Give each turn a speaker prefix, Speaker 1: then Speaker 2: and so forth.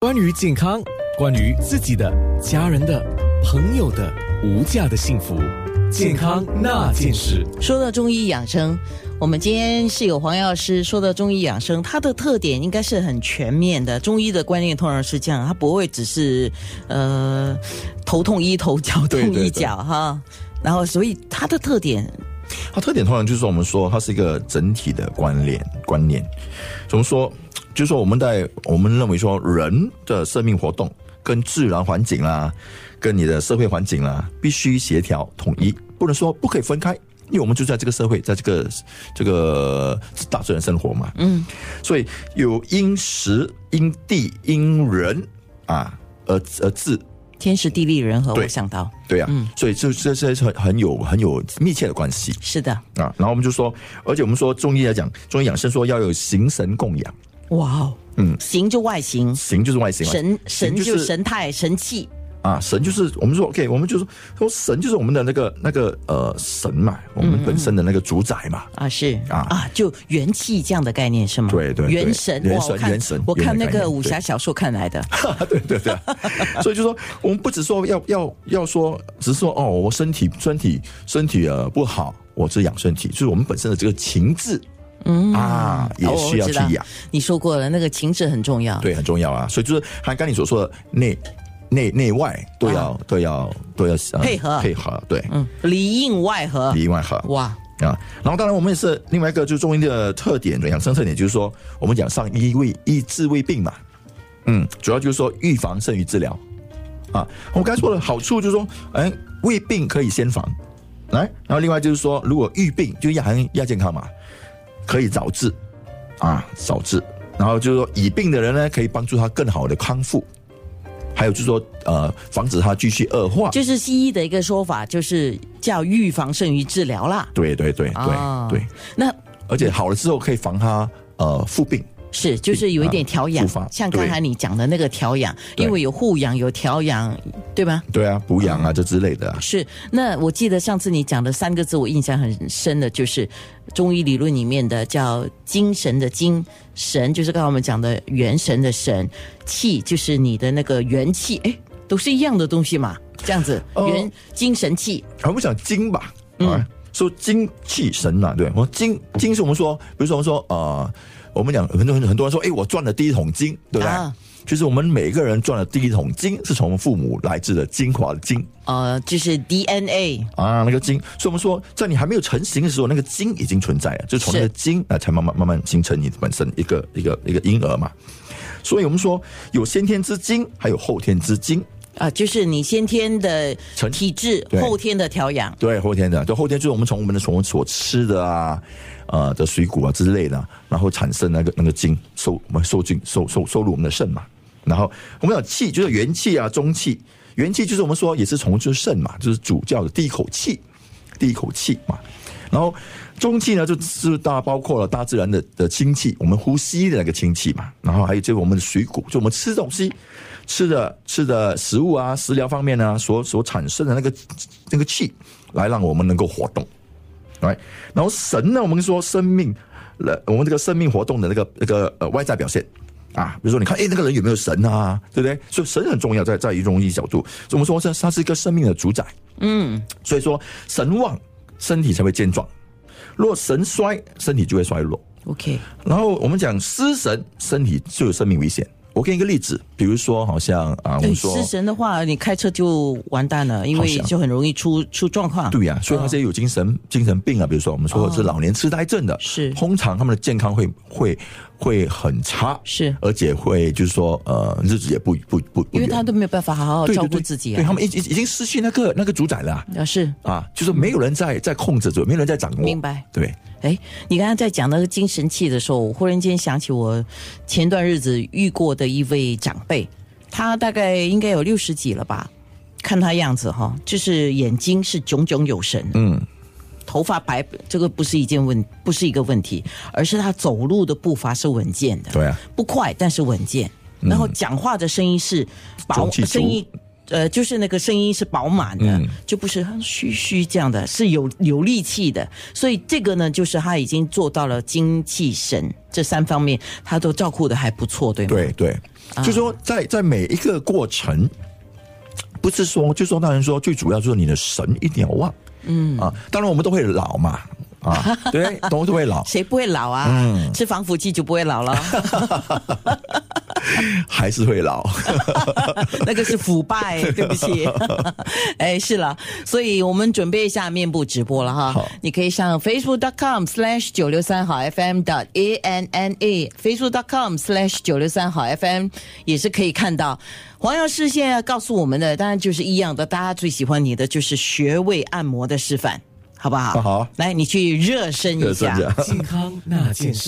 Speaker 1: 关于健康，关于自己的、家人的、朋友的无价的幸福，健康那件事。
Speaker 2: 说到中医养生，我们今天是有黄药师。说到中医养生，它的特点应该是很全面的。中医的观念通常是这样，它不会只是呃头痛医头，脚
Speaker 3: 对
Speaker 2: 痛
Speaker 3: 对
Speaker 2: 医
Speaker 3: 对
Speaker 2: 脚哈。然后，所以它的特点
Speaker 3: 它特点通常就是说，我们说它是一个整体的关联观念。怎么说？就是说我们在我们认为说人的生命活动跟自然环境啦，跟你的社会环境啦，必须协调统一，不能说不可以分开，因为我们就在这个社会，在这个这个大自然生活嘛。嗯，所以有因时、因地、因人啊，而而治
Speaker 2: 天时地利人和，
Speaker 3: 对
Speaker 2: 我想到
Speaker 3: 对啊，所以这这这是很很有很有密切的关系。
Speaker 2: 是的，
Speaker 3: 啊，然后我们就说，而且我们说中医来讲，中医养生说要有形神供养，
Speaker 2: 哇哦，嗯，形就外形，
Speaker 3: 形就是外形嘛，
Speaker 2: 神神
Speaker 3: 就
Speaker 2: 就是神态神气，
Speaker 3: 啊，神就是我们说 OK，我们就说说神就是我们的那个那个呃神嘛，我
Speaker 2: 嗯
Speaker 3: 们本身的那个主宰嘛，
Speaker 2: 啊，是
Speaker 3: 啊
Speaker 2: 就元气这样的概念是吗？
Speaker 3: 对对对
Speaker 2: 元神，
Speaker 3: 元
Speaker 2: 哇我
Speaker 3: 神
Speaker 2: 看
Speaker 3: 元神
Speaker 2: 我看
Speaker 3: 元
Speaker 2: 那
Speaker 3: 的概
Speaker 2: 个
Speaker 3: 念
Speaker 2: 武侠小说看来的，
Speaker 3: 对对对啊、所以就说我们不只说要要要说，只是说哦，我身体身体身体呃不好，我是养身体，就是我们本身的这个情志，嗯啊也
Speaker 2: 哦我
Speaker 3: 需要
Speaker 2: 知
Speaker 3: 去
Speaker 2: 道
Speaker 3: 养。
Speaker 2: 你说过了，那个情志很重要。，
Speaker 3: 对，很重要啊。所以就是还刚你所说的内内内外都要、都要都要、呃
Speaker 2: 啊配合
Speaker 3: 配合，对，
Speaker 2: 嗯，里应外合，
Speaker 3: 里外合
Speaker 2: 哇，
Speaker 3: 啊。然后当然我们也是另外一个就是中医的特点，养生特点就是说我们讲上医为医治未病嘛，嗯，主要就是说预防胜于治疗啊。我刚才说的好处就是说，哎，未病可以先防，来，然后另外就是说，如果预病就亚很亚健康嘛，可以早治啊，早治。然后就是说，已病的人呢，可以帮助他更好的康复，还有就是说，呃，防止他继续恶化。
Speaker 2: 就是西医的一个说法，就是叫预防胜于治疗啦。
Speaker 3: 对对对对、
Speaker 2: 哦
Speaker 3: 对，
Speaker 2: 那
Speaker 3: 而且好了之后可以防他呃复病。
Speaker 2: 是就是有一点调养
Speaker 3: 复发，
Speaker 2: 像刚才
Speaker 3: 对
Speaker 2: 你讲的那个调养，
Speaker 3: 对
Speaker 2: 因为有护养有调养，对吧？
Speaker 3: 对啊，补养啊，这之类的啊、
Speaker 2: 是，那我记得上次你讲的三个字，我印象很深的就是中医理论里面的叫精神的精神，就是刚才我们讲的元神的神，气就是你的那个元气，哎，都是一样的东西嘛，这样子，
Speaker 3: 哦
Speaker 2: 元、精神气，
Speaker 3: 我们讲精吧，啊，说精气神嘛，对，我精精是我们说，比如说我们说呃，我们讲很多很多人说，哎，我赚了第一桶金，对不对？
Speaker 2: 啊
Speaker 3: 就是我们每个人赚的第一桶金是从父母来自的精华的精
Speaker 2: 呃，就是 DNA，
Speaker 3: 啊，那个精，所以我们说，在你还没有成型的时候，那个精已经存在了，就从那个
Speaker 2: 是
Speaker 3: 精啊，才慢慢慢慢形成你本身一个一个一个婴儿嘛。所以我们说有先天之精，还有后天之精。
Speaker 2: 啊、就是你先天的
Speaker 3: 成
Speaker 2: 体质，
Speaker 3: 对
Speaker 2: 后天的调养。
Speaker 3: 对，后天的，就后天就是我们从我们的从我们所吃的啊，呃的水果啊之类的，然后产生那个那个精收我们收精收收收入我们的肾嘛，然后我们讲气就是元气啊中气，元气就是我们说也是从就是肾嘛，就是主教的第一口气，第一口气嘛，然后中气呢就是大包括了大自然的的清气，我们呼吸的那个清气嘛，然后还有就是我们的水果，就我们吃东西。吃的吃的食物啊，食疗方面呢、所所产生的那个那个气，来让我们能够活动。来，然后神呢，我们说生命，呃，我们这个生命活动的那个那个呃外在表现啊，比如说你看，哎，那个人有没有神啊，对不对？所以神很重要，在在于中医角度，所以我们说这它是一个生命的主宰，嗯，所以说神旺，身体才会健壮，若神衰，身体就会衰弱。
Speaker 2: OK，
Speaker 3: 然后我们讲失神，身体就有生命危险。我给你一个例子，比如说好像啊，我
Speaker 2: 对
Speaker 3: 们说
Speaker 2: 失神的话，你开车就完蛋了，因
Speaker 3: 好
Speaker 2: 为
Speaker 3: 像
Speaker 2: 就很容易出出状况。
Speaker 3: 对呀、所以那些有精神、精神病啊，比如说我们说是老年痴呆症的，
Speaker 2: 是
Speaker 3: 通常他们的健康会会会很差，
Speaker 2: 是
Speaker 3: 而且会就是说呃日子也不不不不
Speaker 2: 因为
Speaker 3: 远，
Speaker 2: 他都没有办法好好
Speaker 3: 对
Speaker 2: 照
Speaker 3: 对
Speaker 2: 顾
Speaker 3: 对
Speaker 2: 自己啊。
Speaker 3: 对他们已已已经失去那个那个主宰了啊
Speaker 2: 啊，是。
Speaker 3: 啊，就是没有人在在控制住，没有人在掌握，
Speaker 2: 明白
Speaker 3: 对，
Speaker 2: 哎，你刚刚在讲那个精神气的时候，我忽然间想起我前段日子遇过的一位长辈，他大概应该有六十几了吧，看他样子哈，就是眼睛是炯炯有神，
Speaker 3: 嗯，
Speaker 2: 头发白，这个不是一件问，不是一个问题，而是他走路的步伐是稳健的，
Speaker 3: 对啊，嗯
Speaker 2: 不快但是稳健，然后讲话的声音是饱
Speaker 3: 中气足
Speaker 2: 声音呃，就是那个声音是饱满的，
Speaker 3: 嗯
Speaker 2: 就不是很嘘嘘这样的，是有有力气的。所以这个呢，就是他已经做到了精气神这三方面，他都照顾的还不错，对吗？
Speaker 3: 对对，
Speaker 2: 嗯
Speaker 3: 就说在在每一个过程，不是说就说当然说最主要就是你的神一定要旺，嗯啊，当然我们都会老嘛 啊，对，都都会老，
Speaker 2: 谁不会老啊？吃防腐剂就不会老了，
Speaker 3: 还是 会老，
Speaker 2: 那个是腐败，对不起。哎，是了，所以我们准备一下面部直播了哈
Speaker 3: 好。
Speaker 2: 你可以上 facebook.com/slash 九六三好 FM 的 a n n a，facebook.com/slash 九六三好 FM 也是可以看到。黄药师现在告诉我们的，当然就是一样的，大家最喜欢你的就是穴位按摩的示范，好不好？
Speaker 3: 好
Speaker 2: 来，你去热身一
Speaker 3: 热身
Speaker 2: 下
Speaker 3: 一下。
Speaker 1: 健康那件事。